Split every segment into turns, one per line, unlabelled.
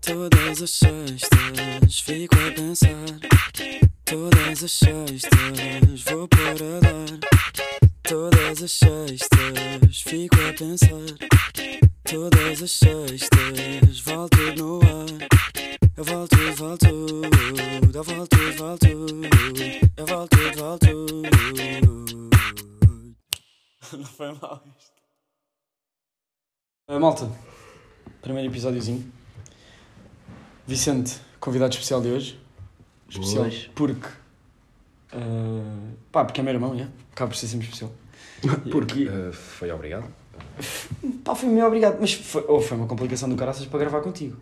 Todas as sextas fico a pensar. Todas as sextas vou para dar. Todas as sextas fico a pensar. Todas as sextas volto no ar. Eu volto, volto, eu volto, volto, eu volto, volto. Não foi mal isto.
Uh, malta, primeiro episódiozinho. Vicente, convidado especial de hoje. Especial
Boas.
porque. uh, pá, porque é meu irmão, é? Acaba por ser sempre especial. Porque.
Eh, foi obrigado.
Pá, foi meio obrigado, mas foi, oh, foi uma complicação do caraças para gravar contigo.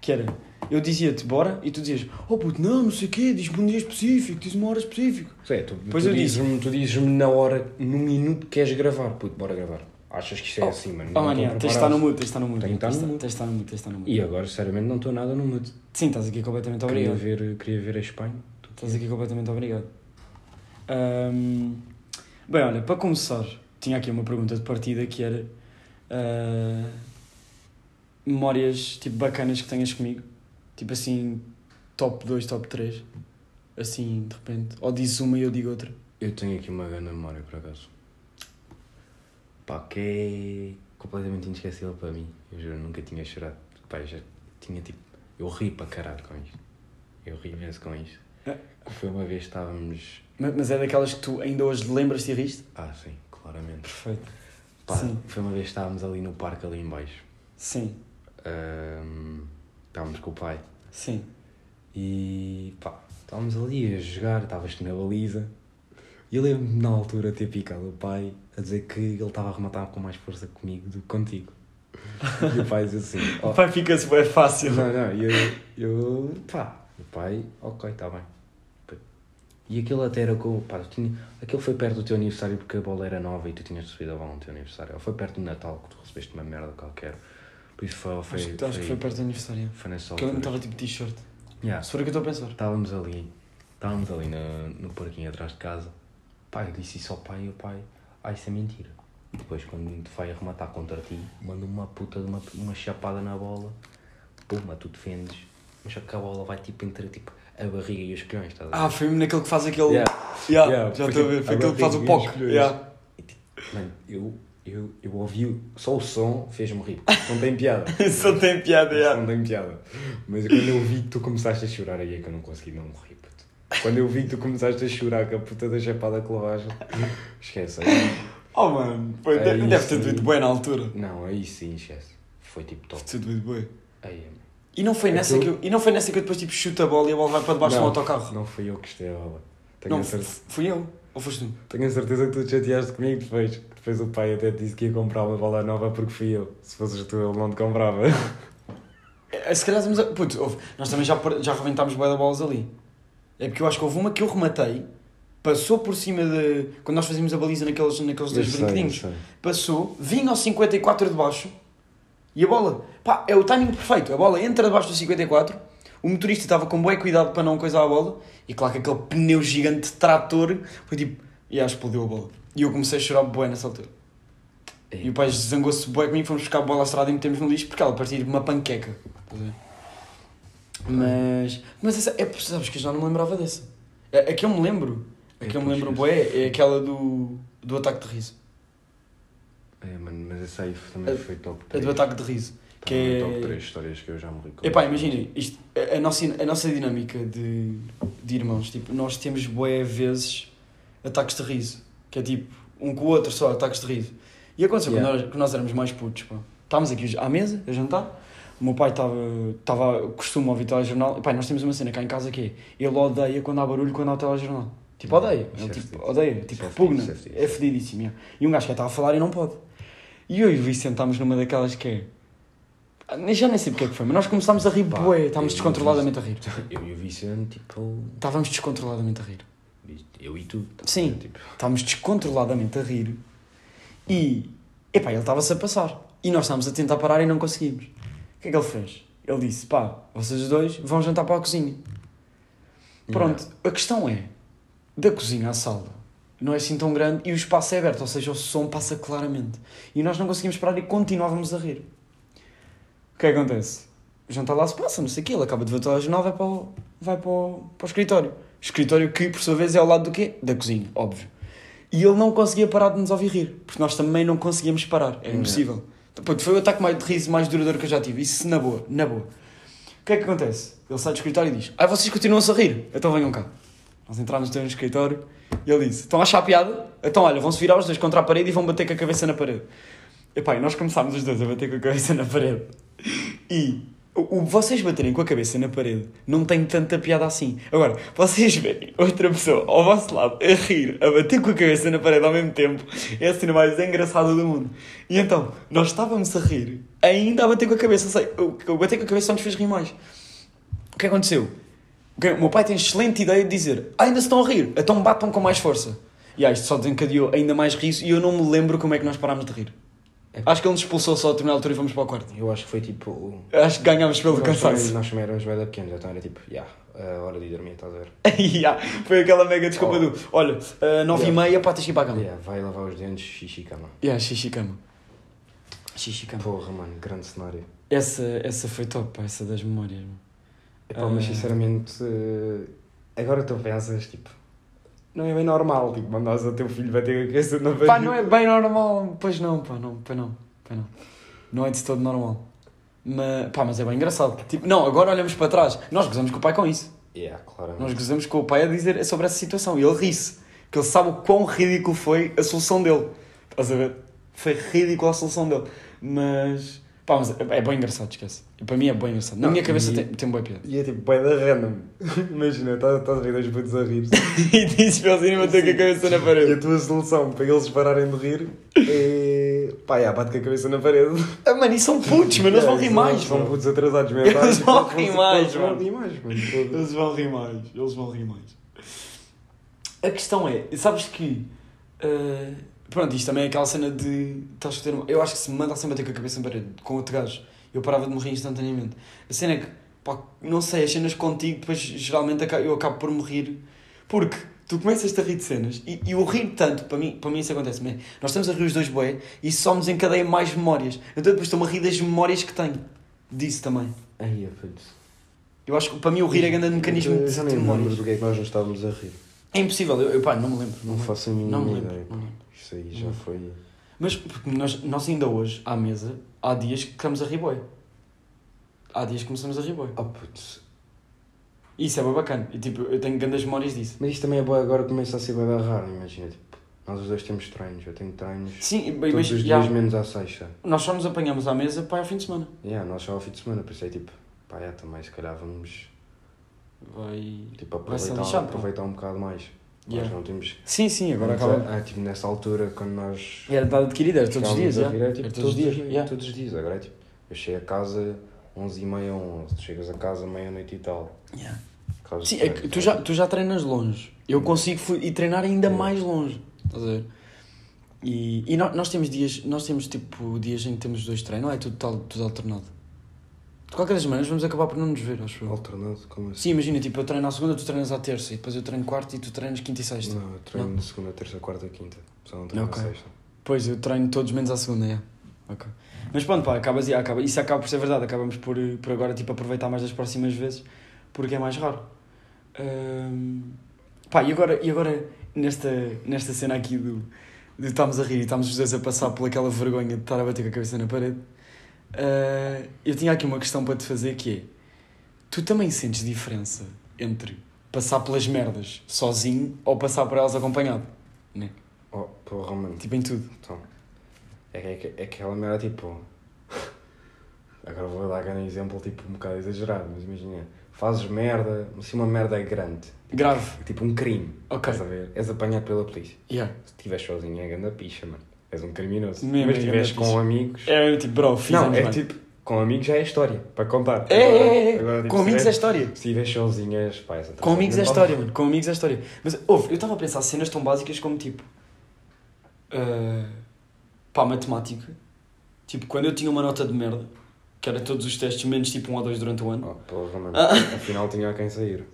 Que era, eu dizia-te bora e tu dizias, oh puto, não, não sei o quê, diz-me um dia específico, diz uma hora específica.
Zé, tu,
Pois
tu
eu disse.
dizes-me tu dizes-me na hora, no minuto que queres gravar, puto, bora gravar. Achas que isto é
Oh,
assim, mano?
Oh,
Não
mano,
estou
yeah, tens de estar
preparado.
no mudo, tens de estar no mudo.
Tenho que estar
Tens
no
de
mood.
tens de estar no mudo, tens de estar no mudo.
E agora, sinceramente, não estou nada no mood.
Sim, estás aqui completamente
Queria
Tá obrigado.
ver, queria ver a Espanha.
Estás aqui completamente obrigado. Ahm, bem, olha, para começar, tinha aqui uma pergunta de partida que era ah, memórias tipo bacanas que tenhas comigo, tipo assim, top 2, top 3, assim de repente, ou dizes uma e eu digo outra.
Eu tenho aqui uma grande memória, por acaso. Pá, que é completamente inesquecível para mim. Eu juro, nunca tinha chorado. Pá, eu já tinha tipo. Eu ri para caralho com isto. Eu ri imenso com isto.
Ah.
Foi uma vez que estávamos.
Ma- Mas é daquelas que tu ainda hoje lembras-te e riste?
Ah, sim, claramente.
Perfeito.
Pá,
Sim.
foi uma vez que estávamos ali no parque, ali em baixo.
Sim,
Ahm, estávamos com o pai
sim.
e pá, estávamos ali a jogar, estavas-te na baliza. E eu lembro-me na altura ter picado o pai a dizer que ele estava a rematar com mais força comigo do que contigo. E o pai diz assim:
O
"Oh,
pai fica-se bem fácil.
Não, não, e eu, eu pá, o pai, ok, está bem. E aquilo até era com. Pá, eu tinha, aquilo foi perto do teu aniversário porque a bola era nova e tu tinhas recebido a bola no teu aniversário. Ou foi perto do Natal que tu recebeste uma merda qualquer. Por isso foi. foi
acho, que- acho que foi perto do aniversário.
foi nessa
Que eu
altura.
não estava tipo t-shirt.
Yeah.
Se for o que eu estou a pensar.
Estávamos ali, estávamos ali no, no parquinho atrás de casa. Pai, eu disse isso ao pai e o pai, ah, isso é mentira. Depois, quando te vai arrematar contra ti, manda uma puta de uma, uma chapada na bola, puma, tu defendes, mas só que a bola vai tipo entre tipo, a barriga e os colhões, estás a
Ah,
ver?
foi mesmo naquele que faz aquele. Yeah, já estou a ver, foi aquele que faz o
barriga e os
POC.
colhões.
Yeah.
E, tipo, Mano, eu, eu, eu ouvi, só o som fez-me rir, não tem piada.
Isso não tem piada,
Isso
yeah.
não tem piada. Mas quando eu vi que tu começaste a chorar, aí é que eu não consegui não morrer, puto. Quando eu vi que tu começaste a chorar com a puta da chapada que lavaste, esquece. aí-
Oh mano, foi,
É
deve, deve
isso.
ter doído bem na altura.
Não, aí sim, esquece. Foi tipo top.
Deve ter doído bem.
Aí,
E não, foi
É
nessa
tu?
que eu, e não foi nessa que eu depois tipo chuto a bola e a bola vai para debaixo do um autocarro?
Não fui eu que estei a bola. Tenho,
Não,
a
f-
certeza,
fui eu. Ou foste tu?
tenho a certeza que tu te chateaste comigo depois. Depois o pai até te disse que ia comprar uma bola nova porque fui eu. Se fosses tu, ele não te comprava.
É, Se calhar estamos a. Putz, houve- nós também já, per- já reventámos bué de bolas ali. É porque eu acho que houve uma que eu rematei, passou por cima de. Quando nós fazíamos a baliza naqueles, naqueles dois
Eu sei,
brinquedinhos.
eu sei.
passou, vinha ao 54 de baixo e a bola, pá, é o timing perfeito. A bola entra debaixo do 54, o motorista estava com bom cuidado para não coisar a bola e claro que aquele pneu gigante de trator foi tipo, e yeah, explodiu a bola. E eu comecei a chorar bué nessa altura. E o pai zangou-se bué comigo, fomos buscar a bola à estrada e metemos no lixo porque ela partiu de uma panqueca. Estás a ver? Mas, mas essa, é, sabes que eu já não me lembrava dessa. A, a que eu me lembro, a que eu me lembro bué é aquela do, do ataque de riso.
É, mano, mas essa aí também
A-
foi top
A
3.
É do ataque de riso. que
Também
é-
top 3 histórias que eu já morri com.
Epá, imaginem, isto, a, a nossa, a nossa dinâmica de, de irmãos, tipo, nós temos bué vezes ataques de riso, que é tipo, um com o outro só, ataques de riso. E aconteceu
Yeah.
quando, nós, quando nós éramos mais putos, pá. Estávamos aqui à mesa, a jantar, o meu pai estava, estava costuma ouvir telejornal, epá, nós temos uma cena cá em casa que é, ele odeia quando há barulho quando há telejornal. Tipo,
Yeah,
odeia,
isso
ele
é
tipo,
fedido.
odeia,
Isso
tipo,
é
repugna,
fedido, isso é fedido.
é fedidíssimo, yeah. E um gajo que está a falar e não pode. E eu e o Vicente estávamos numa daquelas que é, ah, nem- Já nem sei porque é que foi, mas nós começámos a rir
Pá,
bué, estávamos
eu-
descontroladamente a rir.
Eu e o Vicente, tipo.
Estávamos descontroladamente a rir.
Eu e tu.
Sim.
Tipo,
Estávamos descontroladamente a rir e. Epá, ele estava-se a passar. E nós estávamos a tentar parar e não conseguimos. O que é que ele fez? Ele disse: pá, vocês dois vão jantar para a cozinha. Pronto, a questão é: da cozinha à sala não é assim tão grande e o espaço é aberto, ou seja, o som passa claramente. E nós não conseguimos parar e continuávamos a rir. O que é que acontece? o jantar lá se passa, não sei o quê. Ele acaba de ver toda a jornal, vai, para o, vai para, o, para o escritório. Escritório que, por sua vez, é ao lado do quê? Da cozinha, óbvio. E ele não conseguia parar de nos ouvir rir, porque nós também não conseguíamos parar, era impossível. Então, pronto, foi o ataque mais de riso mais duradouro que eu já tive, isso na boa, na boa. O que é que acontece? Ele sai do escritório e diz: Ah, vocês continuam a rir, então venham cá. Nós entramos dois no escritório e ele disse: Estão a achar a piada? Então olha, vão-se virar os dois contra a parede e vão bater com a cabeça na parede. Epá, e nós começámos os dois a bater com a cabeça na parede. E o, o- vocês baterem com a cabeça na parede não tem tanta piada assim. Agora, vocês verem outra pessoa ao vosso lado a rir, a bater com a cabeça na parede ao mesmo tempo, é a cena mais engraçada do mundo. E então, nós estávamos a rir, ainda a bater com a cabeça. Sei, o, o bater com a cabeça só nos fez rir mais. O que aconteceu? O que- é, O meu pai tem excelente ideia de dizer "Ah, ainda se estão a rir, então batam com mais força. E ah, isto só desencadeou ainda mais riso e eu não me lembro como é que nós parámos de rir.
É.
Acho que ele nos expulsou só a determinada altura e fomos para o quarto.
Eu acho que foi tipo. o-
Acho que ganhámos pelo
Nós também,
cansaço.
nós também éramos bem da pequenos, então era tipo, já, a hora de ir dormir, estás a ver?
Ya, Foi aquela mega desculpa
Oh.
do olha, ah, nove e
Yeah.
meia, pá, tens que ir para a cama.
Ya, vai lavar os dentes, xixi, cama.
Ya, xixi cama. Xixi cama.
Porra, mano, grande cenário.
Essa, essa foi top, pá, essa das memórias. mano.
Epá, mas
Ah.
sinceramente, eh, agora tu pensas, tipo, não é bem normal, tipo, mandares o teu filho bater a cabeça na
Pá, não é bem normal. Pois não, pá, não, pois não, pois não. Não é de todo normal. Mas, pá, mas é bem engraçado. Tipo, não, agora olhamos para trás. Nós gozamos com o pai com isso.
Yeah, claramente.
Nós gozamos com o pai a dizer sobre essa situação. E ele ri-se. Que ele sabe o quão ridículo foi a solução dele. Estás a ver? Foi ridícula a solução dele. Mas, pá, mas é, é bem engraçado, esquece. Para mim é bem engraçado. Na
Não,
minha cabeça
e-
tem, tem boa piada.
E é tipo, bué da random. Imagina, estás estás a ver dois putos a rir.
e disse para ele assim, bater com a cabeça na
E a
parede.
tua solução para eles pararem de rir é. pá, yeah, bate com a cabeça na parede.
Ah, mano, e são putos, mas eles vão rir
Yeah,
mais.
São
bro.
putos atrasados mentais.
Eles vão rir
Eles
mais,
vão
mano.
rir mais, mano.
Eles vão rir mais, eles vão rir mais. A questão é, sabes que. ah, pronto, isto também é aquela cena de. Estás a ter uma- Eu acho que se me mandassem bater com a cabeça na parede com outro gajo, eu parava de morrer instantaneamente. A cena é que, pá, não sei, as cenas contigo, depois geralmente aca- eu acabo por morrer. Porque tu começas a rir de cenas e, e o rir tanto, para mim, para mim isso acontece, man, nós estamos a rir os dois bué e isso só me desencadeia mais memórias. Então depois estou-me a rir das memórias que tenho disso também.
Aí, puto.
Eu acho que para mim o rir é grande mecanismo
Eu
de,
já
de
nem me lembro
memórias.
do que é que nós nos estávamos a rir.
É impossível, eu, eu pá, não me lembro.
Não faço a
Não me
mínima
lembro.
ideia.
não me lembro.
Isso aí já
Não.
foi.
Mas porque nós, nós ainda hoje, à mesa, há dias que estamos a riboi. Há dias que começamos a riboi.
Oh, putz.
Isso é bem bacana. E tipo, eu tenho grandes memórias disso.
Mas isto também é bom agora começa a ser bem raro, imagina. Tipo, nós os dois temos treinos. Eu tenho treinos
Sim, e-
todos
mas
os
já,
dias menos à sexta.
nós só nos apanhamos à mesa para ao fim de semana.
Yeah, nós só ao fim de semana, pensei tipo, pá, yeah, também se calhar vamos
Vai.
tipo,
Vai ser
aproveitar,
lixado, pá.
aproveitar um bocado mais.
Yeah.
Nós não temos.
Sim, sim, agora
Mas,
acaba.
ah, tipo, nessa altura, quando nós.
Era dado adquirida, era É todos os
chegávamos
dias,
a
já.
vir, Era, tipo,
Era
todos os dias.
já.
Todos os dias. Agora é tipo, eu chego a casa 11h30, 11. Chegas a casa meia-noite e tal.
Já.
por causa
Sim,
de
é que
treinos,
tu
sabe?
já, tu já treinas longe. Eu consigo fu- ir treinar ainda mais longe. Estás a ver? E, e nó- nós temos dias, nós temos tipo dias em que temos dois treinos, ou é tudo, tal, tudo alternado. De qualquer das maneiras vamos acabar por não nos ver, acho eu.
Alternado, como assim?
Sim, imagina, tipo, eu treino à segunda, tu treinas à terça, e depois eu treino quarta e tu treinas quinta e sexta.
Não, eu treino de segunda, terça, quarta, quinta. Só não treino
Ok.
à sexta.
Pois, eu treino todos menos à segunda, é. Ok. Mas pronto, pá, acabas, acaba, isso acaba por ser verdade. Acabamos por, eh, por agora tipo, aproveitar mais das próximas vezes, porque é mais raro. Ahm, pá, e agora, e agora nesta, nesta cena aqui do, de estamos a rir e estamos os dois a passar por aquela vergonha de estar a bater com a cabeça na parede, ah, eu tinha aqui uma questão para te fazer que é, tu também sentes diferença entre passar pelas merdas sozinho ou passar por elas acompanhado?
Oh, porra, mano.
Tipo, em tudo.
Então,
Tipo-
é, que- é, que- é aquela merda tipo. Agora vou dar cá um exemplo tipo um bocado exagerado, mas imagina, fazes merda, assim uma merda grande,
Grave.
tipo um crime,
Ok.
estás a ver? És apanhado pela polícia.
Yeah.
Se estiveres sozinho é grande picha, mano. És um criminoso.
Mesmo,
mas
é
se estiveres
ganda
com
picha.
amigos.
É mesmo tipo, bro, fizemos
não, é
bem.
tipo, com amigos já é história, para contar.
É,
Agora-
é, é, é.
agora, tipo,
Com amigos é
se tiveres-
história.
Se estiveres sozinhas, pá, essa
Com amigos é história, mano. Com amigos é história. Mas, ouve, eu estava a pensar cenas tão básicas como tipo. ah, pá, matemática. Tipo, quando eu tinha uma nota de merda, que era todos os testes menos tipo 1 ou 2 durante o ano.
Oh, porra, mano.
Ah.
Afinal tinha a quem sair.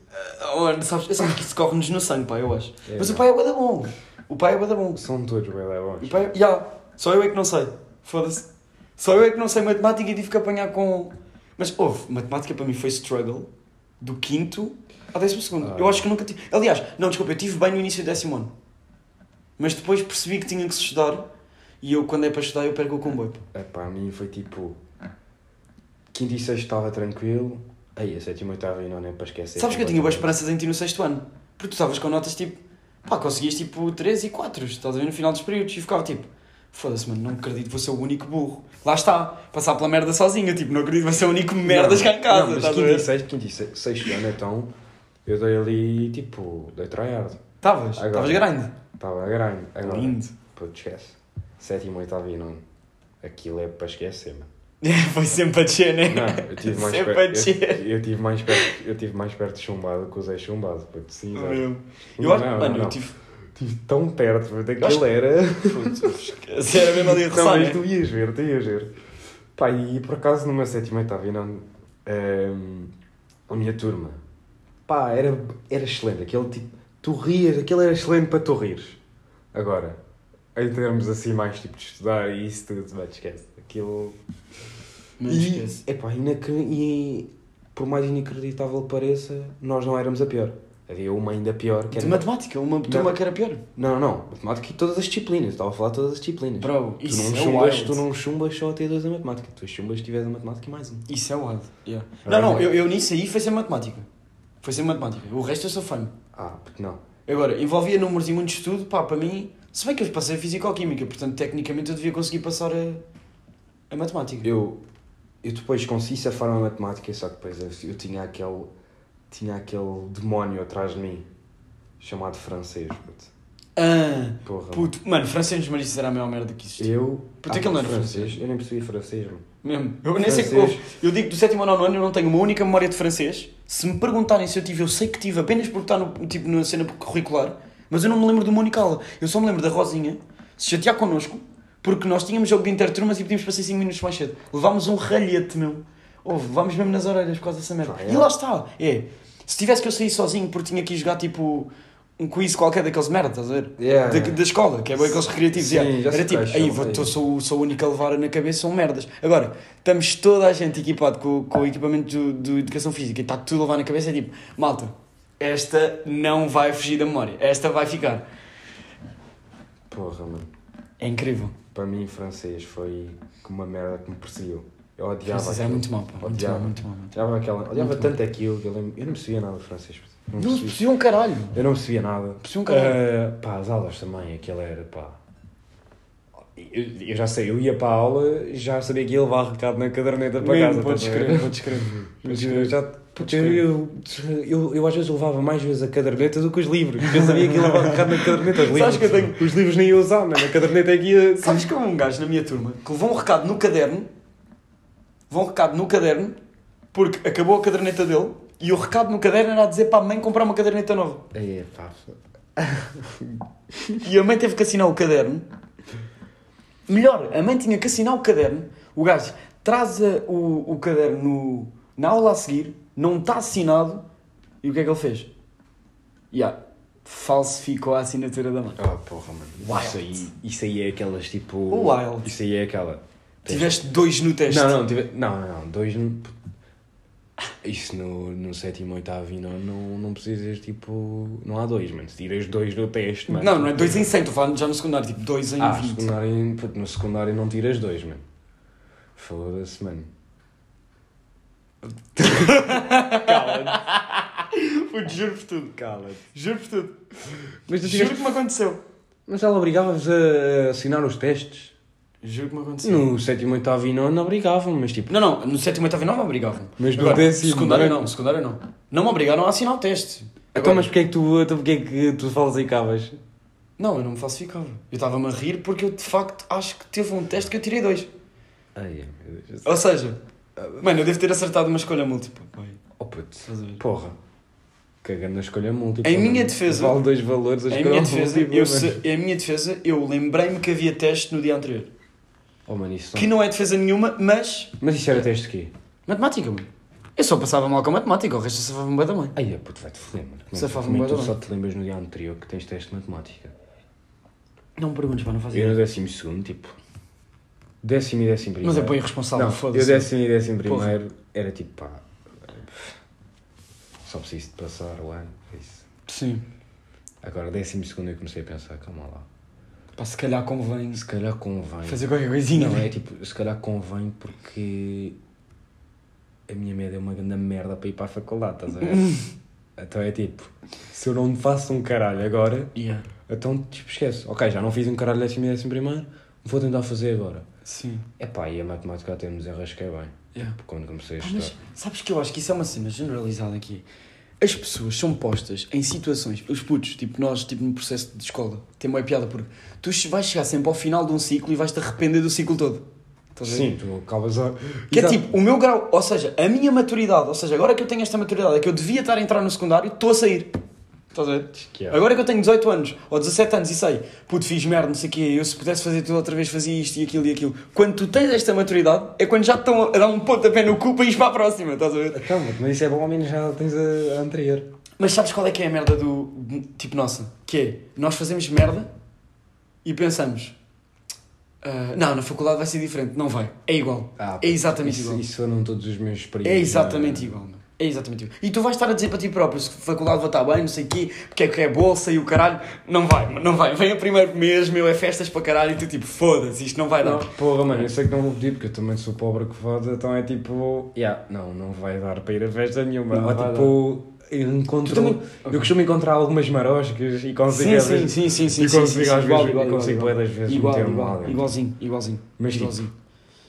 Oh, mano, sabes, eu sabes que isso corre-nos no sangue, pá, eu acho.
É,
Mas o
não.
pai é bué da bom. O pai é bué da bom.
São todos bem bons.
E pá, yeah, só eu é que não sei. Foda-se. Só eu é que não sei matemática e tive que apanhar com. Mas houve, matemática para mim foi struggle do quinto ao décimo segundo.
Ah.
Eu acho que nunca tive. Aliás, não, desculpa, eu tive bem no início do décimo ano. Mas depois percebi que tinha que se estudar e eu, quando é para estudar, eu perco o comboio. pá.
É pá, a mim foi tipo. Quinto e sexto estava tranquilo. Aí a sétima, oitava e nona é para esquecer.
Sabes que eu tinha boas
completamente.
esperanças em ti no sexto ano. Porque tu estavas com notas tipo. Pá, conseguias tipo 3 e 4, estás a ver no final dos períodos. E eu ficava tipo. Foda-se, mano, não acredito, vou ser o único burro. Lá está, passar pela merda sozinho. Tipo, não acredito, vou ser o único merdas cá em casa.
Não, mas
estás a
quinto e
ver?
sexto, quinto e sexto, sexto ano então. Eu dei ali tipo. Dei tryhard.
Estavas,
Agora.
estavas grande.
Estava a grande. Agora.
Lindo.
Pô, te esquece. Sétimo, oitavo e nono. Aquilo é para esquecer, mano.
É, Foi sempre a descer, né?
Não, eu tive mais
Sempre a
perto.
descer.
Eu, eu tive mais perto. Eu tive mais perto de chumbado que usei chumbado. Puto, sim,
Não,
exato.
mesmo.
Não,
Eu acho,
não,
mano,
não.
eu tive.
Tive tão perto, puto,
acho
aquilo era.
Putz, era mesmo ali a
Não,
roçar.
mas
né?
tu ias ver, tu ias ver. Pá, e por acaso no meu sétimo oitavo e nono, ehm, a minha turma, pá, era, era excelente. Aquele tipo, tu rias, aquele era excelente para tu rires. Agora, em termos assim mais tipo de estudar e isso tudo, vai, esquece. Aquilo...
Não
e,
esquece.
epá, inacre- e por mais inacreditável que pareça, nós não éramos a pior. Havia uma ainda pior,
De
que era...
matemática, uma turma que era pior.
Não, não, não. Matemática e todas as disciplinas. Estava a falar de todas as disciplinas.
Bro,
tu
isso
não
é
chumbas,
wild.
tu não chumbas só a T2 da matemática. Tu chumbas se tiveres a matemática e mais um.
Isso é wild. Yeah.
Ah,
Não, não,
não.
eu, eu nisso aí foi sem matemática. Foi sem matemática. O resto eu sou fã.
Ah, porque não.
Agora, envolvia números e muito estudo, pá, para mim. Se bem que eu passei físico-química, portanto, tecnicamente eu devia conseguir passar a, a matemática.
Eu, eu depois consegui safar a matemática, só que depois eu, eu tinha aquele. Tinha aquele demónio atrás de mim. Chamado francês, puto.
Ah,
Porra.
puto, mano, francês nos maristas era a maior merda que existia.
Eu.
Puto, aquele não era
Eu nem percebia francês, mano.
Mesmo. Eu nem sei que
Francês.
houve. Eu digo que do sétimo ao nono ano eu não tenho uma única memória de francês. Se me perguntarem se eu tive, eu sei que tive, apenas porque está no, tipo, na cena curricular, mas eu não me lembro de uma única aula. Eu só me lembro da Rosinha se chatear connosco, porque nós tínhamos jogo de interturmas e podíamos passar 5 minutos mais cedo. Levámos um ralhete, meu. Houve, levámos mesmo nas orelhas por causa dessa merda.
Ah, é?
E lá está. É. Se tivesse que eu sair sozinho porque tinha que ir jogar tipo. Um quiz qualquer daqueles merda, estás a ver?
Yeah.
Da, da escola, que é bem aqueles recreativos.
Sim,
yeah.
já sei
Era tipo,
quais
aí
são,
vou,
é
tô-
isso.
sou, sou o único a levar na cabeça, são merdas. Agora, estamos toda a gente equipado com, com o equipamento do, do Educação Física e está tudo a levar na cabeça, é tipo, malta, esta não vai fugir da memória, esta vai ficar.
Porra, mano.
É incrível.
Para mim, francês foi uma merda que me perseguiu. Eu odiava.
Francês é
aquilo.
muito mal, pá. Muito
Odiava.
mal, muito mal. muito mal.
Odiava, aquela, odiava
Muito
tanto aquilo que eu lembro. Eu não percebia nada de francês. puto. Não
Não,
percebia.
um caralho.
Eu não percebia nada.
Percebi um caralho.
Eh, pá, as aulas também, aquela era, pá. Eu, eu já sei, eu ia para a aula e já sabia que ia levar recado na caderneta para
Mesmo,
casa.
podes
estás a ver?
escrever, podes escrever.
Mas eu já. puto, Eu, eu, eu, eu às vezes levava mais vezes a caderneta do que os livros. porque Eu sabia que ia levar recado na caderneta. Os livros,
Sabes que eu tenho-
os livros nem ia usar,
né?
mano. A caderneta é que ia.
Sabes que houve um gajo na minha turma que levou um recado no caderno, levou um recado no caderno, porque acabou a caderneta dele e o recado no caderno era a dizer para a mãe comprar uma caderneta nova.
É, pá.
E a mãe teve que assinar o caderno. Melhor, a mãe tinha que assinar o caderno. O gajo traz a- o, o caderno no- na aula a seguir, não está assinado. E o que é que ele fez? Yeah. Falsificou a assinatura da mãe.
Ah, porra, mano.
Wild.
Isso aí, isso aí é aquelas tipo.
Wild.
Isso aí é aquela.
Tiveste dois no teste.
Não, não, tive... não, não, não, dois. no- Isso no, no sétimo, oitavo e nono não, não precisas tipo. Não há dois, mano. Se tiras dois do teste, mano. tipo,
Não, não é dois em 100, estou falando já no secundário, tipo dois em
Ah,
20.
secundário, puto, no secundário não tiras dois, mano. Foda-se, mano. Cala-te.
Puto, juro por tudo.
Cala-te.
Juro por tudo.
Mas, tu
Juro
tiveste...
que me aconteceu.
Mas ela obrigava-vos a assinar os testes?
Juro que me aconteceu.
No sétimo, oitavo e nono obrigavam, mas tipo.
Não, não, no sétimo e oitavo não me obrigavam.
Mas no
Agora,
décimo,
secundário
não é?
não, secundário não. Não me obrigaram a assinar o teste.
Então,
Agora-
mas porquê é que tu, então, porquê é que tu falas e cavas?
Não, eu não me falsificava. Eu estava-me a rir porque eu de facto acho que teve um teste que eu tirei dois.
Ai, é, meu Deus.
Ou seja, mano, eu devo ter acertado uma escolha múltipla. pai.
Oh puto,
Estás a ver?
porra. Cagando na escolha múltipla.
Em minha
mano.
defesa-
Vale dois valores a
Em
escolha
minha, defesa,
múltipla,
eu,
mano.
se- em minha defesa, eu lembrei-me que havia teste no dia anterior.
Oh mano, isso
Que não é defesa nenhuma, mas.
Mas isso era teste de quê?
Matemática, mano. Eu só passava mal com a matemática, o resto eu safava-me bem da mãe.
Ai, ah, puto, vai-te foder, mano. Como é que-
Safava-me
como é que
bué
tu
da
só te lembras no dia anterior que tens teste de matemática.
Não me perguntes, pá, não fazia.
Eu no décimo segundo, tipo... Décimo e décimo primeiro.
Mas é bem irresponsável,
Não, eu
foda-se.
décimo e décimo primeiro era tipo, pá, só preciso de passar o ano, é isso.
Sim.
Agora, décimo segundo, eu comecei a pensar, calma lá,
Pá, se calhar convém
se calhar convém.
fazer qualquer coisinha.
Não,
né?
é tipo, se calhar convém porque a minha média é uma grande merda para ir para a faculdade, estás a ver? então é tipo, se eu não me faço um caralho agora,
Yeah.
então tipo, esquece. Ok, já não fiz um caralho décimo e décimo primeiro, vou tentar fazer agora.
Sim.
Epá, e a matemática até me desenrasquei bem,
Yeah.
quando comecei a
Pá,
estudar.
Ah, mas sabes que eu acho que isso é uma cena generalizada aqui. As pessoas são postas em situações, os putos, tipo nós, tipo no processo de escola, tem uma piada porque tu che- vais chegar sempre ao final de um ciclo e vais-te arrepender do ciclo todo. Estás a ver?
Sim, tu acabas a...
Que
Exato.
é tipo, o meu grau, ou seja, a minha maturidade, ou seja, agora que eu tenho esta maturidade, é que eu devia estar a entrar no secundário, estou a sair. Estás a ver?
Que é.
Agora que eu tenho 18 anos, ou 17 anos, e sei, puto, fiz merda, não sei o quê, eu se pudesse fazer tudo outra vez, fazia isto e aquilo e aquilo. Quando tu tens esta maturidade, é quando já te estão a dar um pontapé no cu para ires para a próxima, estás a ver?
Então, mas isso é bom, ao menos já tens a, a anterior.
Mas sabes qual é que é a merda do. Tipo, nossa? Que é. Nós fazemos merda e pensamos. "Ah, não, na faculdade vai ser diferente. Não vai. É igual.
Ah,
é exatamente
isso,
igual.
Isso foram todos os meus períodos.
é exatamente
já-
igual, meu. É exatamente igual. E tu vais estar a dizer para ti próprio se a faculdade vai estar bem, não sei o quê, porque é que é bolsa e o caralho. Não vai, não vai. Vem o primeiro mês, meu, é festas para caralho e tu tipo, foda-se, isto não vai dar.
Não, porra, mano, eu sei que não vou pedir porque eu também sou pobre que foda, então é tipo, yeah, não, não vai dar para ir a festa nenhuma.
Não
Ou
vai
tipo, eu encontro.
Tu também-
Eu costumo encontrar algumas maroscas e consigo às vezes-
sim, sim,
e consigo às vezes- e consigo bué das vezes
igual,
meter-me
igual,
mal.
igualzinho, igualzinho,
Mas, tipo,
igualzinho.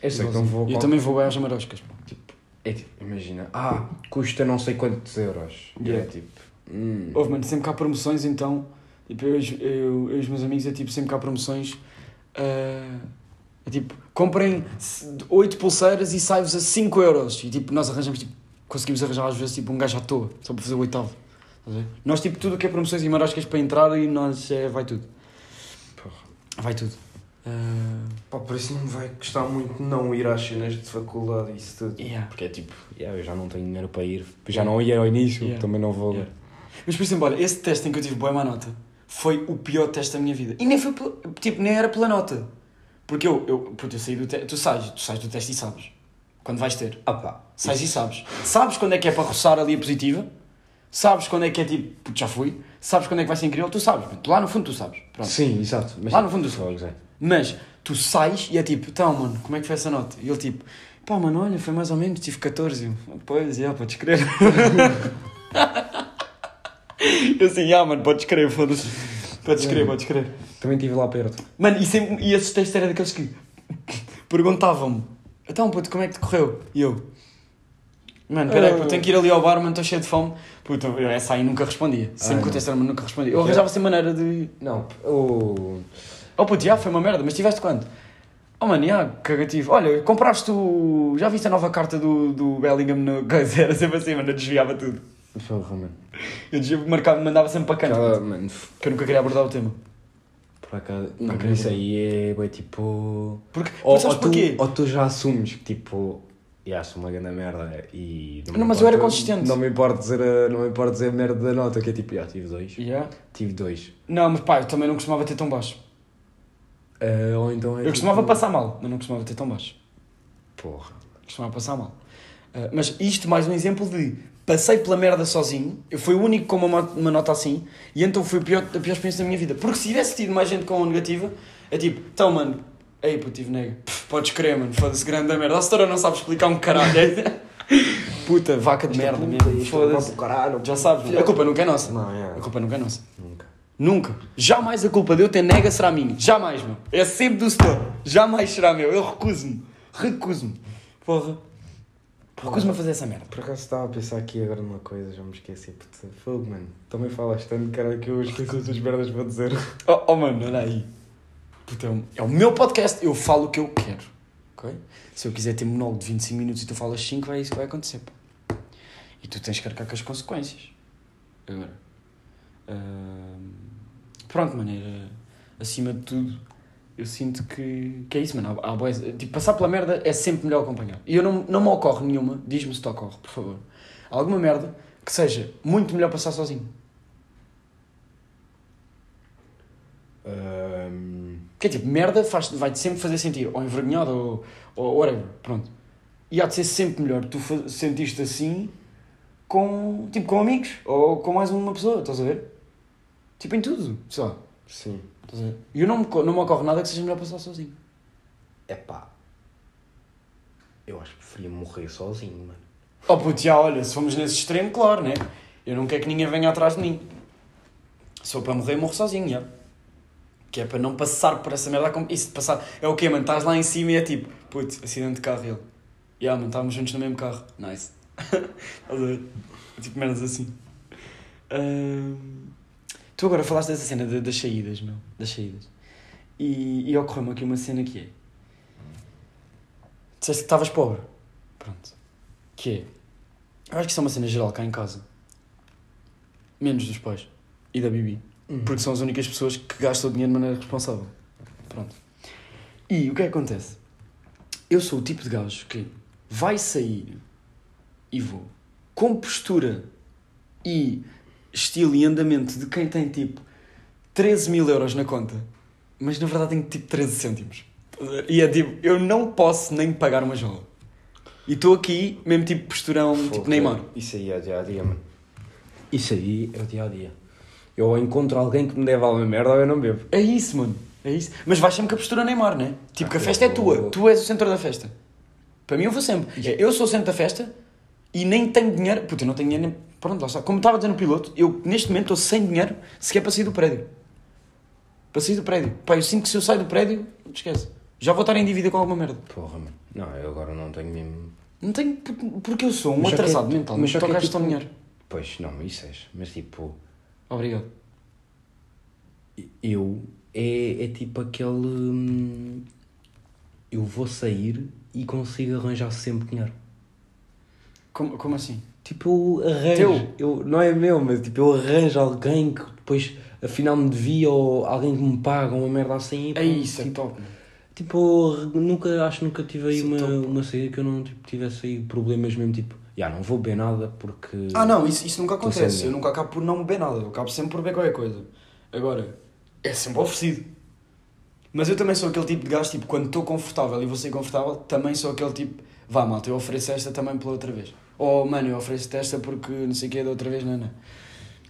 Eu sei que não vou.
Eu também vou bem às maroscas. pá.
É tipo, imagina, ah, custa não sei quantos euros. E
Yeah.
É tipo, hum,
Houve, mano, sempre que há promoções, então, tipo, eu, e os- eu, eu e os meus amigos, é tipo, sempre que há promoções, ah, é tipo, comprem 8 pulseiras e sai-vos a 5 euros. E tipo, nós arranjamos, tipo, conseguimos arranjar às vezes, tipo, um gajo à toa, só para fazer o oitavo. Estás a ver? Nós, tipo, tudo o que é promoções e maroscas para entrar e nós, é, vai tudo.
porra.
Vai tudo. Ah,
Pá, por isso não me vai custar muito não ir às cenas de faculdade e isso tudo.
yeah.
Porque é tipo, yeah, eu já não tenho dinheiro para ir. Já não ia ao início,
Yeah.
também não vou.
Yeah. Mas por exemplo, olha, esse teste em que eu tive boa má nota foi o pior teste da minha vida. E nem foi pela- tipo, nem era pela nota. Porque eu, eu, puto, eu saí do teste, tu sais, tu sais do teste e sabes. Quando vais ter.
Ah pá,
Sais e sabes. Sabes quando é que é para roçar ali a positiva. Sabes quando é que é tipo, puto, já fui. Sabes quando é que vai ser incrível, tu sabes. puto, Lá no fundo tu sabes. Pronto.
Sim, exato. Mas tipo
Lá no fundo do
Só, exato.
Mas tu sais e é tipo, então mano, como é que foi essa nota? E ele tipo, pá mano, olha, foi mais ou menos, tive 14. Eu, pois, já, podes crer. eu assim, já mano, podes crer, foda-se. Podes crer, podes crer.
Também estive lá perto.
Mano, e, sempre, e esses textos eram daqueles que perguntavam-me, então puto, como é que te correu? E eu, mano, peraí, puto, tenho que ir ali ao bar, mano, estou cheio de fome. Puto, eu essa aí nunca respondia. Sempre
Ai,
que o
não.
texto era, mano, nunca respondia. Eu
Já.
arranjava sem maneira de.
Não, o.
Oh puto, já foi uma merda, mas tiveste quanto? Oh mano, já, cagativo. Olha, compraste o. Já viste a nova carta do, do Bellingham no. Coisa, era sempre assim, mano, eu desviava tudo.
Porra, mano.
Eu desvia, marcava, mandava sempre para canto.
Aquela, mano, f-
Que eu nunca queria abordar o tema.
por acaso. Não,
Ok.
isso aí é, bué, tipo.
Porque.
Ou,
mas sabes
ou
porquê?
Tu, oh. ou tu já assumes que, tipo. Já sou uma grande merda e. me
Não, mas eu era
importa-
consistente.
Não me importa dizer, a, não me importa dizer a merda da nota, que é tipo, já tive dois.
Yeah.
Tive dois.
Não, mas pá, eu também não costumava ter tão baixo.
Ah, ou então é
Eu costumava
tipo,
passar mal, mas não costumava ter tão baixo.
Porra.
costumava passar mal. Ah, mas isto mais um exemplo de passei pela merda sozinho, eu fui o único com uma, mo- uma nota assim, e então foi o pior, a pior experiência da minha vida. Porque se tivesse tido mais gente com uma negativa, é tipo, então mano, ei puto, tive nega, Pff, podes crer mano, foda-se grande a merda, a setora não sabe explicar um caralho. Puta, vaca
é
de merda mesmo, foda-se.
caralho.
Já sabes, mano, a culpa nunca é nossa.
Não, é.
A culpa nunca é nossa.
Nunca.
Nunca. Jamais a culpa de eu ter nega será minha. Jamais, meu. É sempre do setor. Jamais será meu. Eu recuso-me. Recuso-me. Porra. Recuso-me a fazer essa merda.
Por acaso estava a pensar aqui agora numa coisa, já me esqueci. Puta, fogo, mano. Também falas tanto, caralho, que eu esqueci as merdas para dizer.
Oh, oh, mano, olha aí. Puta, é o- é o meu podcast. Eu falo o que eu quero. Ok? Se eu quiser ter monólogo de 25 minutos e tu falas 5, é isso que vai acontecer. pá. E tu tens que arcar com as consequências. Agora. Ahm, pronto, mano. era- acima de tudo, eu sinto que, que é isso, mano. Há, há boas- tipo, passar pela merda é sempre melhor acompanhar. E eu não, não me ocorre nenhuma. Diz-me se te ocorre, por favor. Alguma merda que seja muito melhor passar sozinho.
Ahm,
Porque é tipo, merda faz, vai-te sempre fazer sentir ou envergonhado ou, ou whatever, pronto. E há de ser sempre melhor tu fa- sentiste assim com, tipo, com amigos ou com mais uma pessoa, estás a ver? Tipo, em tudo, sei lá.
Sim.
Estás a ver? E eu não me, co- não me ocorre nada que seja melhor passar sozinho.
É pá. Eu acho que preferia morrer sozinho, mano.
Oh puto, já olha, se formos nesse extremo, claro, né? Eu não quero que ninguém venha atrás de mim. Se for para morrer, morro sozinho, já. Que é para não passar por essa merda. é como- Isso de passar. É o quê, mano? Estás lá em cima e é tipo, putz, acidente de carro e ele. Ya, mano, estávamos juntos no mesmo carro. Nice. Estás a ver? tipo merdas assim. Ahm, Tu agora falaste dessa cena de- das saídas, meu. Das saídas. E, e ocorreu-me aqui uma cena que é. Disseste que estavas pobre. Pronto. Que é. Eu acho que isso é uma cena geral cá em casa. Menos dos pais. E da Bibi.
Uhum.
Porque são as únicas pessoas que gastam o dinheiro de maneira responsável. Pronto. E o que é que acontece? Eu sou o tipo de gajo que vai sair e vou com postura e estilo e andamento de quem tem tipo 13 mil euros na conta, mas na verdade tenho tipo 13 cêntimos. Estás a ver? E é tipo, eu não posso nem pagar uma jola. E estou aqui, mesmo tipo posturão, tipo
Fogo,
Neymar.
Isso aí é o dia a dia, mano. Isso aí é o dia a dia. Eu ou encontro alguém que me deve alguma merda ou eu não bebo.
É isso, mano. É isso. Mas vais sempre com a postura Neymar, né? Tipo, que a
Ah,
festa é
eu
tua.
vou.
Tu és o centro da festa. Para mim, eu vou sempre. É, Eu sou o centro da festa e nem tenho dinheiro. Puta, eu não tenho dinheiro nem. Pronto, lá está. Como estava a dizer no piloto, eu neste momento estou sem dinheiro sequer para sair do prédio. Para sair do prédio. Pá, eu sinto que se eu sair do prédio, esquece. Já vou estar em dívida com alguma merda.
Porra, mano. Não, eu agora não tenho mesmo.
Não tenho. por- Porque eu sou um
Mas só que é-
atrasado mental.
mas
Mas
só
só
que é
gasto
tipo-
um dinheiro.
Pois, não, isso és. Mas tipo,
Obrigado.
eu. É, é tipo aquele. hum, Eu vou sair e consigo arranjar sempre dinheiro.
Como, como assim?
Tipo, eu arranjo. Eu, não é meu, mas tipo, eu arranjo alguém que depois afinal me devia ou alguém que me paga uma merda assim. e
É
pronto,
isso, é
tipo,
top. mano.
Tipo, nunca, acho que nunca tive aí
Sim, então.
uma,
top.
uma saída que eu não tipo, tivesse aí problemas mesmo, tipo, já não vou beber nada porque.
Ah, não, isso, isso nunca
Estou
acontece.
sem
Eu
dinheiro.
nunca acabo por não beber nada. Eu acabo sempre por beber qualquer coisa. Agora, é sempre oferecido. Mas eu também sou aquele tipo de gajo, tipo, quando estou confortável e vou sair confortável, também sou aquele tipo, vá malta, eu ofereço esta também pela outra vez. Ou, mano, eu ofereço-te esta porque não sei o que é da outra vez, não, não.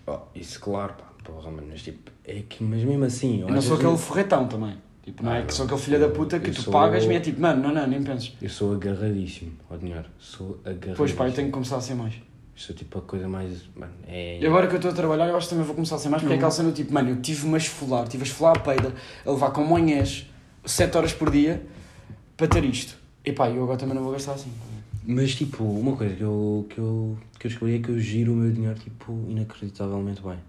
Oh, isso, claro, pá, porra, mano, mas tipo, é que, mas mesmo assim.
Eu não
às
sou aquele
vezes
forretão também. Tipo, não
Ah,
é
não.
que sou aquele filho da puta que
Eu
tu
sou-
pagas-me e é tipo, mano, não, não, nem penses.
Eu, eu sou agarradíssimo ao dinheiro, sou agarradíssimo.
Pois pá, eu tenho que começar a ser mais.
Sou tipo a coisa mais. Mano, é.
E agora que eu estou a trabalhar, eu acho que também vou começar a ser mais, porque é
Uhum.
aquela cena do tipo, mano, eu tive-me a esfolar, tive a esfolar a peida, a levar com manhãs, 7 horas por dia, para ter isto. E pá, eu agora também não vou gastar assim.
Mas tipo, uma coisa que eu, que, eu, que eu descobri é que eu giro o meu dinheiro, tipo, inacreditavelmente bem.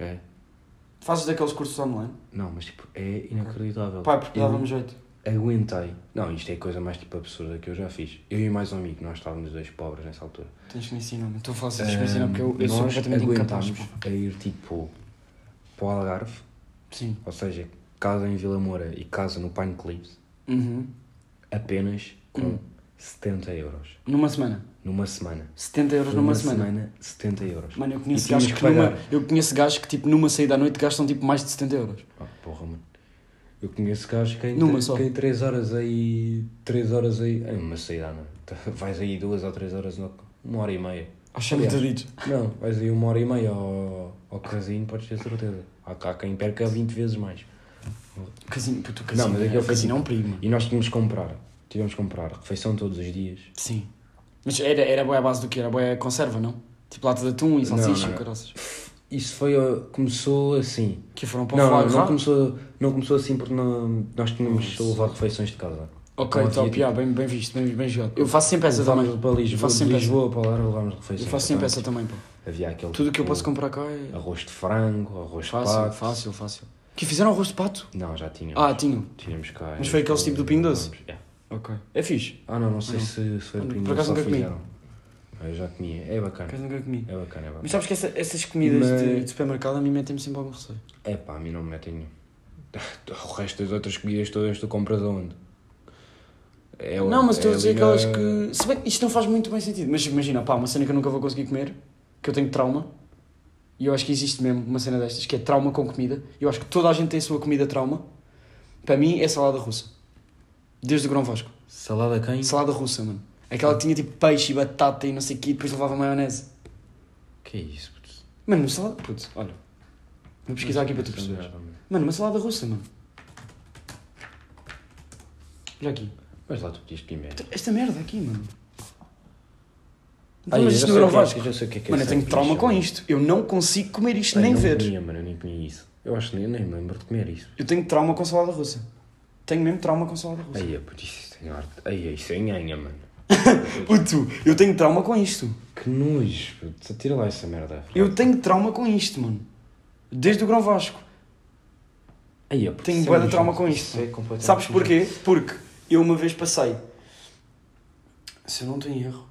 É?
Fazes daqueles cursos online?
Não, mas tipo, é inacreditável.
Pá, porque
Eu-
dava-me jeito.
aguentei. Não, isto é a coisa mais tipo absurda que eu já fiz. Eu e mais um amigo, nós estávamos dois pobres nessa altura.
Tens que me ensinar, mas estou a falar assim, tens que me ensinar, porque eu, eu sou
nós
completamente incapaz.
aguentámos a ir tipo para o Algarve,
Sim.
ou seja, casa em Vila Moura e casa no Pine Cliffs,
Uhum.
apenas com
Hum.
70 euros.
Numa semana.
Numa semana.
70 euros numa
Numa
semana.
semana, 70 euros.
Mano, eu
E
conheço,
tínhamos
gajos que
que pagar.
numa, eu conheço gajos que, tipo, numa saída à noite gastam, tipo, mais de 70 euros.
Ah, porra, mano. Eu conheço gajos que em,
Numa
tre-
só.
que em 3 horas aí. 3 horas aí. É uma saída, não é? Vais aí 2 ou 3 horas, não, uma hora e meia.
Achei-me
Aliás,
é dito.
Não, vais aí uma hora e meia ao, ao casinho, podes ter certeza. Há cá quem perca 20 vezes mais.
Casino, puto, casino.
mas é que
é,
eu fui
casino é um
tipo-
perigo, mano.
E nós tínhamos que comprar. Tivemos que comprar refeição todos os dias.
Sim. Mas era, era boa a base do que? Era boa conserva, não? Tipo lata de atum e salsicha
não,
e
não.
caraças.
Isso foi. ó, Começou assim.
Que foram para o
Não, não,
Flávio.
não
vá.
começou, não começou assim porque não- nós tínhamos a levar refeições de casa.
Ok,
Não havia,
top,
tipo,
yeah, bem, bem visto, bem, bem jogado. Eu faço sempre essa também.
Levámos para
Eu
Lisboa,
faço
de
sempre essa.
Lisboa para lá levámos refeições.
Eu faço sempre essa também, pá.
Havia
Tudo
aquele
o que eu
tipo,
posso comprar cá é
Arroz de frango, arroz de
fácil,
pato.
fácil, fácil. Que fizeram arroz de pato?
Não, já tínhamos.
Ah, tinham.
Tínhamos cá.
Mas foi aquele tipo do Pingo Doce?
Yeah.
Ok. É fixe.
Ah, não, não sei se, se foi
Por
o Pingo
acaso
Doce
nunca
ou
comi.
fizeram. Ah, eu já comia. É bacana.
Caso nunca comi.
É bacana, é bacana.
Mas sabes que essa- essas comidas
Mas-
de, de supermercado a mim metem-me sempre algum receio.
É pá, a mim não me metem nenhum. O resto das outras comidas todas tu compras aonde? É
não, mas
é
estou a dizer
ali
aquelas
na-
que. Se bem que isto não faz muito bem sentido. Mas imagina, pá, uma cena que eu nunca vou conseguir comer, que eu tenho trauma, e eu acho que existe mesmo uma cena destas, que é trauma com comida. Eu acho que toda a gente tem a sua comida trauma. Para mim é salada russa. Desde o Grão Vasco.
Salada quem?
Salada russa, mano. Aquela que tinha tipo peixe e batata e não sei o quê, e depois levava maionese.
Que é isso, puto?
Mano, uma salada. Putz, olha. Vou pesquisar aqui para tu perceberes.
é.
Mano, uma salada russa, mano. Olha aqui.
Mas lá tu pedias primeiro.
Esta merda aqui, mano.
Ai, eu
mas
já
isto
sei
não era o
o que é-
Vasco.
eu já sei o que é que é
Mano, eu
essa
tenho
ficha,
trauma com
mano.
isto. Eu não consigo comer isto,
Ai,
nem
não
ver.
Comia, mano, eu nem comia isso. Eu acho que nem, nem me lembro de comer isso.
Eu tenho trauma com salada russa. Tenho mesmo trauma com salada russa.
Aí é, puto, isso tem arte. Aí é, isso é nhanha, mano.
Puto, eu tenho trauma com isto.
Que nojo, puto. Tira lá essa merda.
Eu tenho trauma com isto, mano. Desde o Grão Vasco.
Aí é, puto,
Tenho
isso é
bué de
nojento.
trauma com
Isso
isto.
é completamente
Sabes
nojento.
porquê? Porque eu uma vez passei, se eu não tenho erro,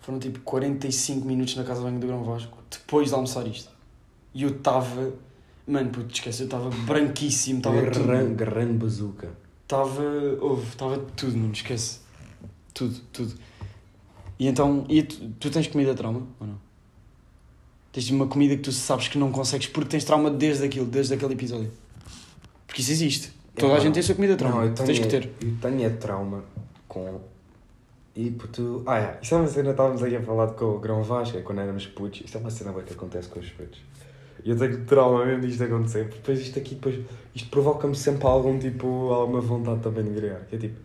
foram tipo 45 minutos na casa de banho do Grão Vasco depois de almoçar isto. E eu estava, mano, puto, esquece, eu estava branquíssimo, estava
Garran,
tudo.
garran É bazuca.
Estava, houve, estava tudo, mano, esquece. Tudo, tudo. E então, e tu, tu tens comida trauma ou não? Tens uma comida que tu sabes que não consegues porque tens trauma desde aquilo, desde aquele episódio. Porque isso existe. Toda a
Epá,
gente tem a sua comida trauma.
É Não, eu tenho,
tens que
é-
ter.
Eu tenho é trauma com. E puto. Ah, é. Isto é uma cena, estávamos aqui a falar com o Grão Vasco, é quando éramos putos. Isto é uma cena bué que acontece com os putos. E eu tenho trauma mesmo disto acontecer. porque Depois isto aqui, depois. Isto provoca-me sempre algum tipo. alguma vontade também de gritar. Que é tipo.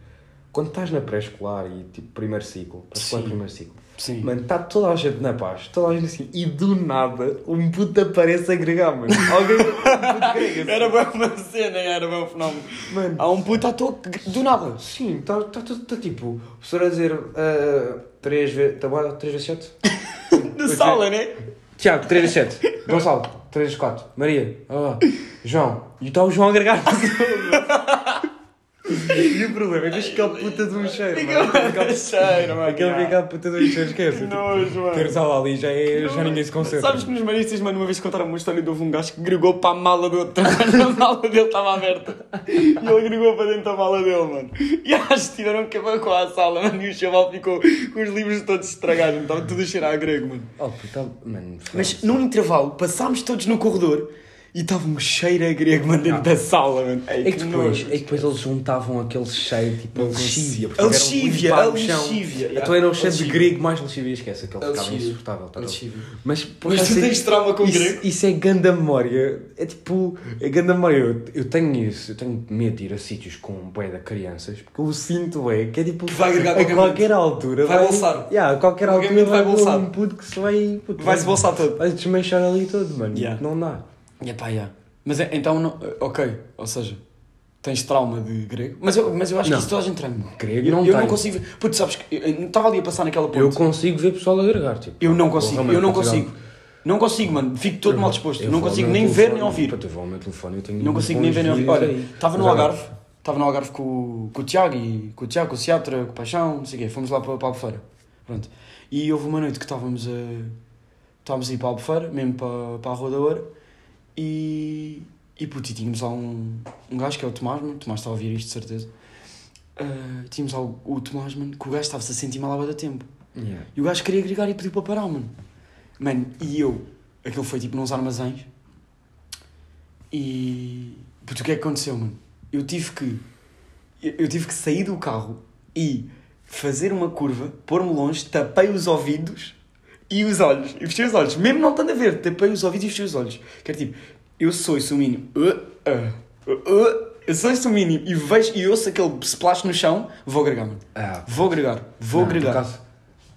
Quando estás na pré-escolar e tipo primeiro ciclo, pré-escolar
Sim.
primeiro ciclo,
Sim.
mano, está toda a gente na paz, toda a gente assim, e do nada um puto aparece a agregar, mano. Alguém. Um puto grega, assim.
Era bem uma cena, era bem um fenómeno.
Mano,
Há um puto à toa que- do nada.
Sim, está tá, tá, tá, tipo, o professor a dizer 3 vezes. Tá bom? 3 vezes 7?
Na sala, né?
Tiago, 3 vezes 7. Gonçalo, 3 vezes 4. Maria, ah, João. E está o João a agregar E o problema é que fica a puta de um cheiro. mano.
Cheiro, mano.
Aquele fica a puta de um cheiro, esquece.
Que
tipo,
nojo, mano.
Ter sala ali já, é, já ninguém se concentra.
Sabes que nos maristas, mano, uma vez contaram uma história de houve um gajo que gregou para a mala do outro, quando a mala dele estava aberta. E ele gregou para dentro da mala dele, mano. E acho que tiveram que acabar com a sala, mano. E o chaval ficou com os livros todos estragados, mano. Estava tudo a cheirar a grego, mano.
Oh, puto, tá- mano.
Mas
foda-se.
num intervalo, passámos todos no corredor e estava um cheiro a grego, mano, dentro da sala, mano.
É que depois, é que depois eles juntavam aquele cheiro tipo a lexívia. porque
um
A
tiveram
lexívia,
limpar
a
o chão.
lexívia, yeah.
é
Então era o cheiro de
Lexívia.
grego mais lexívia, esquece, aquele
A
ficava
lexívia.
insuportável. tá bom? Mas, por
Mas
acaso,
tu tens trauma com
assim, isso,
grego?
Isso é ganda memória. É tipo, é ganda memória. Eu, eu tenho isso, eu tenho medo de ir a sítios com um bué de crianças, porque eu sinto é que é tipo,
Que vai agregar
a
qualquer
qualquer altura.
Vai bolsar.
Yeah, a qualquer
Qualquer
altura
momento vai
vai bolsar.
bolsar.
um puto que se vai. puto,
Vai-se bolsar todo.
Vai desmanchar ali todo, mano.
Yeah.
Não dá.
É pá, yeah. Mas é- então, não, ok, ou seja, tens trauma de grego? Mas eu, mas eu acho
Não.
que isso toda a gente treina.
Grego
eu
não
eu não
tenho.
consigo ver. Putz, sabes que. eu- eu Estava ali a passar naquela ponte.
Eu
Eu,
consigo ver pessoal a agregar, tipo.
não consigo,
Porra, mano,
eu não
Portugal.
consigo. Não consigo, mano. Fico todo mal disposto.
Eu
não
vou ao
consigo
meu
nem ver
telefone,
nem ouvir.
puta, eu vou ao meu telefone, eu tenho
Não
uns
consigo nem
bons
ver nem ouvir.
vídeos
Olha,
aí.
estava no
Mas,
Algarve. Estava no Algarve com, o- com o Tiago e com o Tiago, com o Seatra, com o Paixão, não sei o quê. Fomos lá para, para a Albufeira. Pronto. E houve uma noite que estávamos a. Estávamos a ir para a Albufeira, mesmo para, para a Rua da Oura. E. E puto, e tínhamos lá um, um gajo que é o Tomás, mano. O Tomás está a ouvir isto, de certeza. Ah, tínhamos lá o, o Tomás, mano, que o gajo estava-se a sentir mal há bué de tempo.
Yeah.
E o gajo queria agregar e pediu para parar, mano. Mano, e eu, aquilo foi tipo nos armazéns. E. Puto, o que é que aconteceu, mano? Eu tive que. Eu eu tive que sair do carro e fazer uma curva, pôr-me longe, tapei os ouvidos e os olhos. E fechei os olhos, mesmo não estando a ver, tapei os ouvidos e fechei os olhos. Que era tipo, eu sou esse menino. Uh, uh, uh, uh. eu sou esse menino e vejo e ouço aquele splash no chão, vou agregar, mano.
Ah,
Vou agregar, vou
não, por
agregar.
acaso,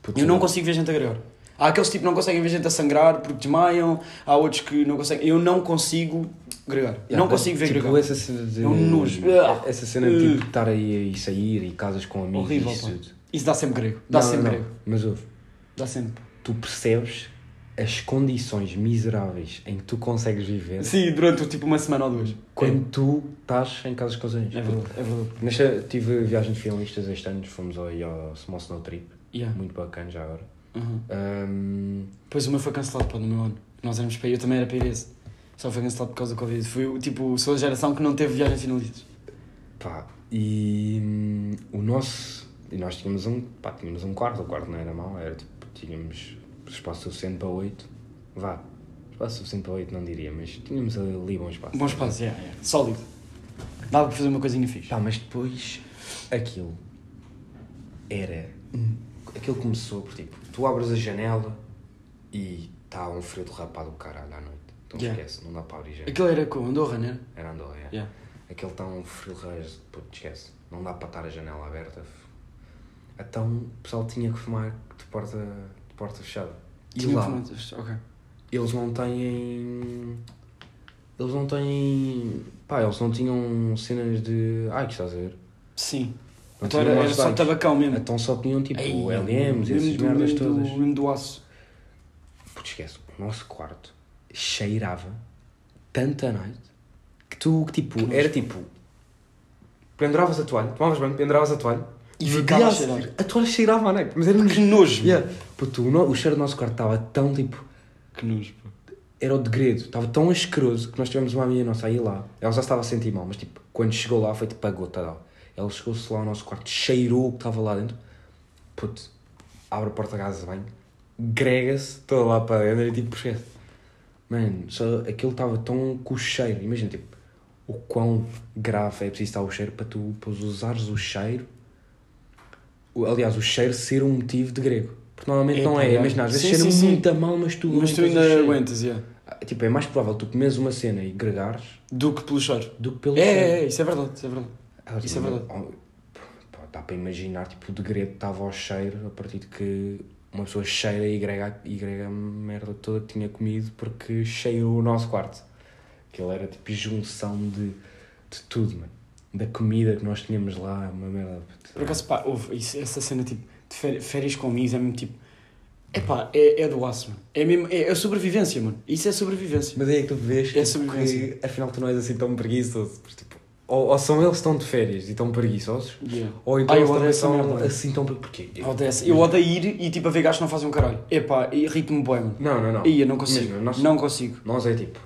puto,
Eu não consigo ver gente a agregar. Há aqueles tipo que não conseguem ver gente a sangrar porque desmaiam, há outros que não conseguem. Eu não consigo agregar.
Yeah,
não
mas,
consigo ver
tipo,
agregar.
essa cena de...
É um nojo. Uh.
Essa cena de tipo, estar aí e sair e casas com amigos
Horrível,
e isso
pá.
tudo.
Isso dá sempre grego. Dá
Não,
sempre
não,
grego.
Mas ouve,
Dá sempre.
tu percebes as condições miseráveis em que tu consegues viver
Sim, durante tipo uma semana ou duas.
É. quando tu estás em casas com os amigos.
É verdade, é verdade.
Nesta, tive viagens de finalistas este ano, fomos aí ao Small Snow Trip,
Yeah.
muito bacana já agora.
Uhum.
Ahm,
Pois o meu foi cancelado para no meu ano. Nós éramos para ir, eu também era para ir esse. Só foi cancelado por causa do Covid. Fui tipo, sou a geração que não teve viagem finalistas.
pá, e hum, o nosso. E nós tínhamos um, pá, tínhamos um quarto, o quarto não era mau, era tipo, tínhamos espaço suficiente para oito, vá, espaço suficiente para oito não diria, mas tínhamos ali bom espaço.
Bom espaço, yeah, yeah.
Tá.
tipo,
sólido. Dava para fazer uma coisinha fixe.
Pá, mas depois aquilo era.
Hum.
Aquilo começou por tipo, tu abres a janela e está um frio de rapado do caralho à noite. Então
Yeah.
esquece, não dá para abrir janela.
Aquilo era com Andorra, não era?
Era Andorra, yeah.
Yeah.
Aquele está um frio de raios, puto, esquece. Não dá para estar a janela aberta. f- Então o pessoal tinha que fumar de porta, de porta fechada. E
Tinha
lá,
formatos, Ok.
eles não têm. Eles não têm. Pá, eles não tinham cenas de. Ai, que estás a ver?
Sim.
Não
Então
tinham
era, era
mais
só
likes.
tabacão
Ah,
mesmo.
Então só tinham tipo
Ei,
LMs, essas
mesmo do-
merdas
mesmo do-
todas.
Mesmo do aço.
Puto, esquece, o nosso quarto cheirava tanta noite que tu, que, tipo, era tipo. Penduravas a toalha, tomavas banho, penduravas a toalha
E
no
ficava
dia
a
a seguir,
cheirar.
A toalha cheirava à noite, mas era
Que nojo.
Yeah. Puto, o, no- o cheiro do nosso quarto estava tão tipo.
Que nojo. pô.
Era o degredo, estava tão asqueroso que nós tivemos uma amiga nossa aí lá. Ela já estava a sentir mal, mas tipo, quando chegou lá foi tipo a gota d'água. Ela chegou-se lá ao nosso quarto, cheirou o que estava lá dentro. Puto, abre a porta da casa de banho, grega-se toda lá para dentro e tipo, esquece. Mano, só aquilo estava tão com o cheiro. Imagina, tipo, o quão grave é preciso estar o cheiro para tu para usares o cheiro. O- Aliás, o cheiro ser um motivo de grego. Porque normalmente não
Epá,
é.
yeah.
Imagina, às vezes
tá Sim,
cheira
sim, sim.
muito a mal, mas tu.
Mas tu
aguentas o
ainda
cheiro.
aguentas, yeah.
Ah, Tipo, é mais provável tu comeres uma cena e gregares
Do que pelo cheiro.
do que pelo
É,
cheiro.
é, é, isso é verdade, isso é verdade.
Ah,
isso
tipo,
é verdade.
oh, pá, dá para imaginar, tipo, o degredo estava ao cheiro a partir de que uma pessoa cheira e grega, e grega a merda toda que tinha comido porque cheirou o nosso quarto. Aquilo era tipo junção de, de tudo, mano. Da comida que nós tínhamos lá, uma merda.
Por acaso, pá, houve isso- essa cena tipo de féri- férias com amigos é mesmo tipo. Epá, é, é do aço, mano. É mesmo. É, é sobrevivência, mano. Isso é sobrevivência.
Mas aí é que tu vês
É
tipo,
sobrevivência.
que afinal tu não és assim tão preguiçoso. Porque, tipo, ou, ou são eles que estão de férias e estão preguiçosos,
Yeah.
ou então
Ah, eu
eles
odeio
também
essa
são
merda.
assim tão preguiçosos.
Eu odeio essa- Eu odeio ir e tipo a ver gajos que não fazem um caralho. Epá, e ritmo bem, mano.
Não, não, não.
Ih, eu não consigo.
Imagina, nós,
Não consigo.
nós é tipo,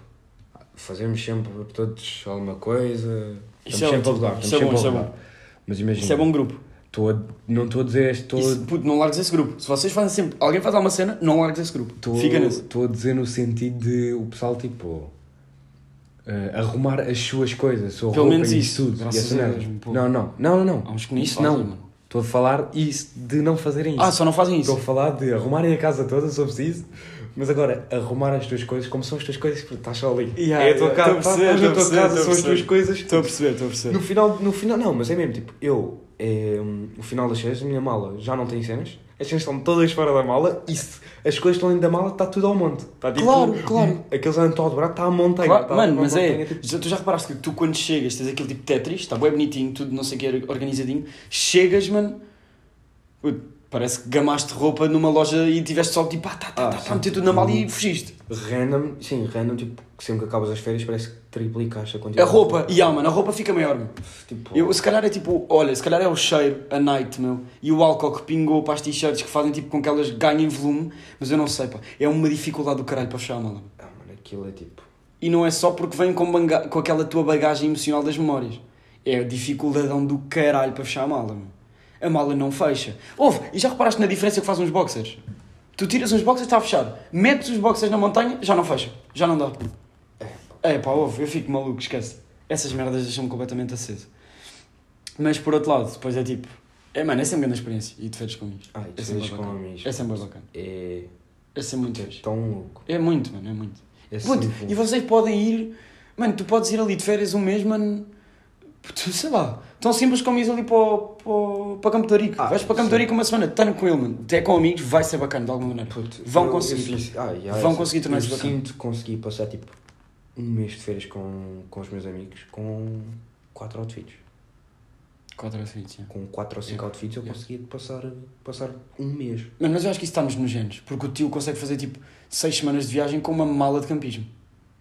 fazemos sempre todos alguma coisa.
Isso
estamos
é
sempre a
ótimo.
rodar, estamos
Isso é bom,
sempre
isso é
a rodar.
bom.
Mas imagina,
Isso é bom grupo.
tô a- não estou a dizer, estou
Isso, puto, não largues esse grupo. Se vocês fazem sempre. Alguém faz alguma cena, não largues esse grupo.
Estou
Fica nesse.
a dizer no sentido de o pessoal, tipo, eh, arrumar as suas coisas, a sua
Pelo
roupa
menos
e
isso.
tudo. e
Graças
essa
a
merda.
Deus, pô.
não, não, não, não,
Há
não.
uns que nem
isso
fazem,
não.
mano.
Estou a falar isso de não fazerem isso.
Ah, só não fazem
Estou a
isso.
falar de arrumarem a casa toda, se eu preciso, mas agora, arrumar as tuas coisas, como são as tuas coisas, porque estás só ali.
Yeah,
é a tua
yeah,
casa,
estou a perceber,
estás
estou a perceber,
na tua casa,
estou a
são as tuas
perceber.
coisas.
Estou a perceber, estou a perceber.
No final, no final, não, mas é mesmo, tipo, eu, é, hum, no final das férias, a minha mala já não tem cenas, as cenas estão todas fora da mala, e se as coisas estão dentro da mala, está tudo ao monte. Está tipo,
Claro, claro.
Aqueles andam todo dobrado, está à montanha.
Claro,
está
mano,
uma
mas é,
montanha, tipo,
já- tu já reparaste que tu quando chegas tens aquele tipo Tetris, está bem bonitinho, tudo não sei o que, organizadinho, chegas, mano, puto, parece que gamaste roupa numa loja e tiveste só tipo, ah, tá, tá,
Ah,
tá, tá,
sim.
meter tudo na mala e fugiste.
Random, sim, random, tipo, que sempre que acabas as férias, parece que triplicas a
A
quantidade.
roupa, e ah, mano, a roupa fica maior, mano.
Tipo,
Eu, se calhar é tipo, olha, se calhar é o cheiro, a night, meu, e o álcool que pingou para as t-shirts que fazem tipo com que elas ganhem volume, mas eu não sei, pá, é uma dificuldade do caralho para fechar a mala.
Ah, mano, aquilo é tipo...
E não é só porque vem com, banga- com aquela tua bagagem emocional das memórias. É a dificuldadão do caralho para fechar a mala. meu. A mala não fecha. Ouve, e já reparaste na diferença que faz uns boxers? Tu tiras uns boxers, está fechado. Metes os boxers na montanha, já não fecha. Já não dá. É pá, ouve, eu fico maluco, esquece. Essas merdas deixam-me completamente aceso. Mas por outro lado, depois é tipo... É, mano, é sempre grande experiência. E tu feiras com amigos.
Ai,
É
tu
sempre
vês com
bacana.
amigos.
É sempre bacana.
É
É sempre muito fixe.
tão louco.
É muito, mano, é muito.
É
Puto,
sempre
e vocês podem ir, mano, tu podes ir ali de férias um mês, mano, puto, sei lá, tão simples como ir ali para, o- para, o- para Campo de Rico.
Ah,
vais para Campo de Rico uma semana, tranquilo, mano, até com amigos, vai ser bacana de alguma maneira.
Puto,
Vão
eu-
conseguir.
eu fiz- ah, já,
Vão
eu-
conseguir tornar-se
Eu
bacana.
sinto que consegui passar tipo um mês de férias com, com os meus amigos com quatro outfits.
Quatro outfits, yeah.
Com quatro ou cinco outfits eu
yeah.
conseguia passar, passar um mês.
Mano, mas eu acho que isso está-nos nos genes, porque o tio consegue fazer tipo seis semanas de viagem com uma mala de campismo.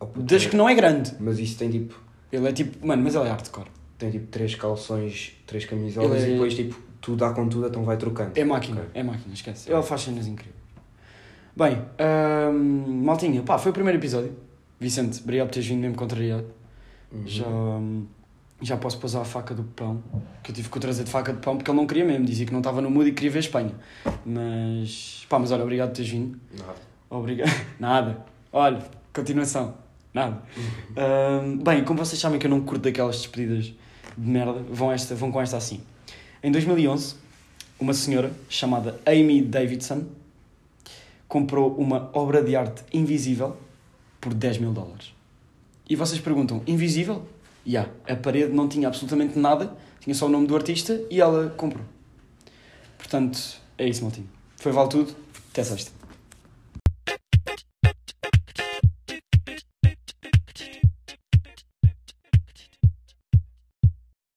Oh, puto,
Desde que não é grande.
Mas isso tem tipo,
Ele é tipo, mano, mas ele é hardcore.
tem tipo três calções, três camisolas
Ele é-
e depois tipo tu dá com tudo, então vai trocando.
É máquina, é máquina, esquece. Ele faz cenas incríveis. Bem, hum, maltinha, pá, foi o primeiro episódio. Vicente, obrigado por teres vindo mesmo contrariado. Já, hum, já posso pousar a faca do pão, que eu tive que o trazer de faca de pão porque ele não queria mesmo, dizia que não estava no mood e queria ver Espanha. Mas, pá, mas olha, obrigado por teres vindo.
Nada.
Obrigado. Nada. Olha, continuação. Nada. Ahm, bem, como vocês sabem que eu não curto daquelas despedidas de merda, vão, esta, vão com esta assim. Em 2011, uma senhora chamada Amy Davidson comprou uma obra de arte invisível por 10 mil dólares. E vocês perguntam, invisível? E há, a parede não tinha absolutamente nada, tinha só o nome do artista e ela comprou. Portanto, é isso, Maltinho. Foi vale tudo. Até sexta.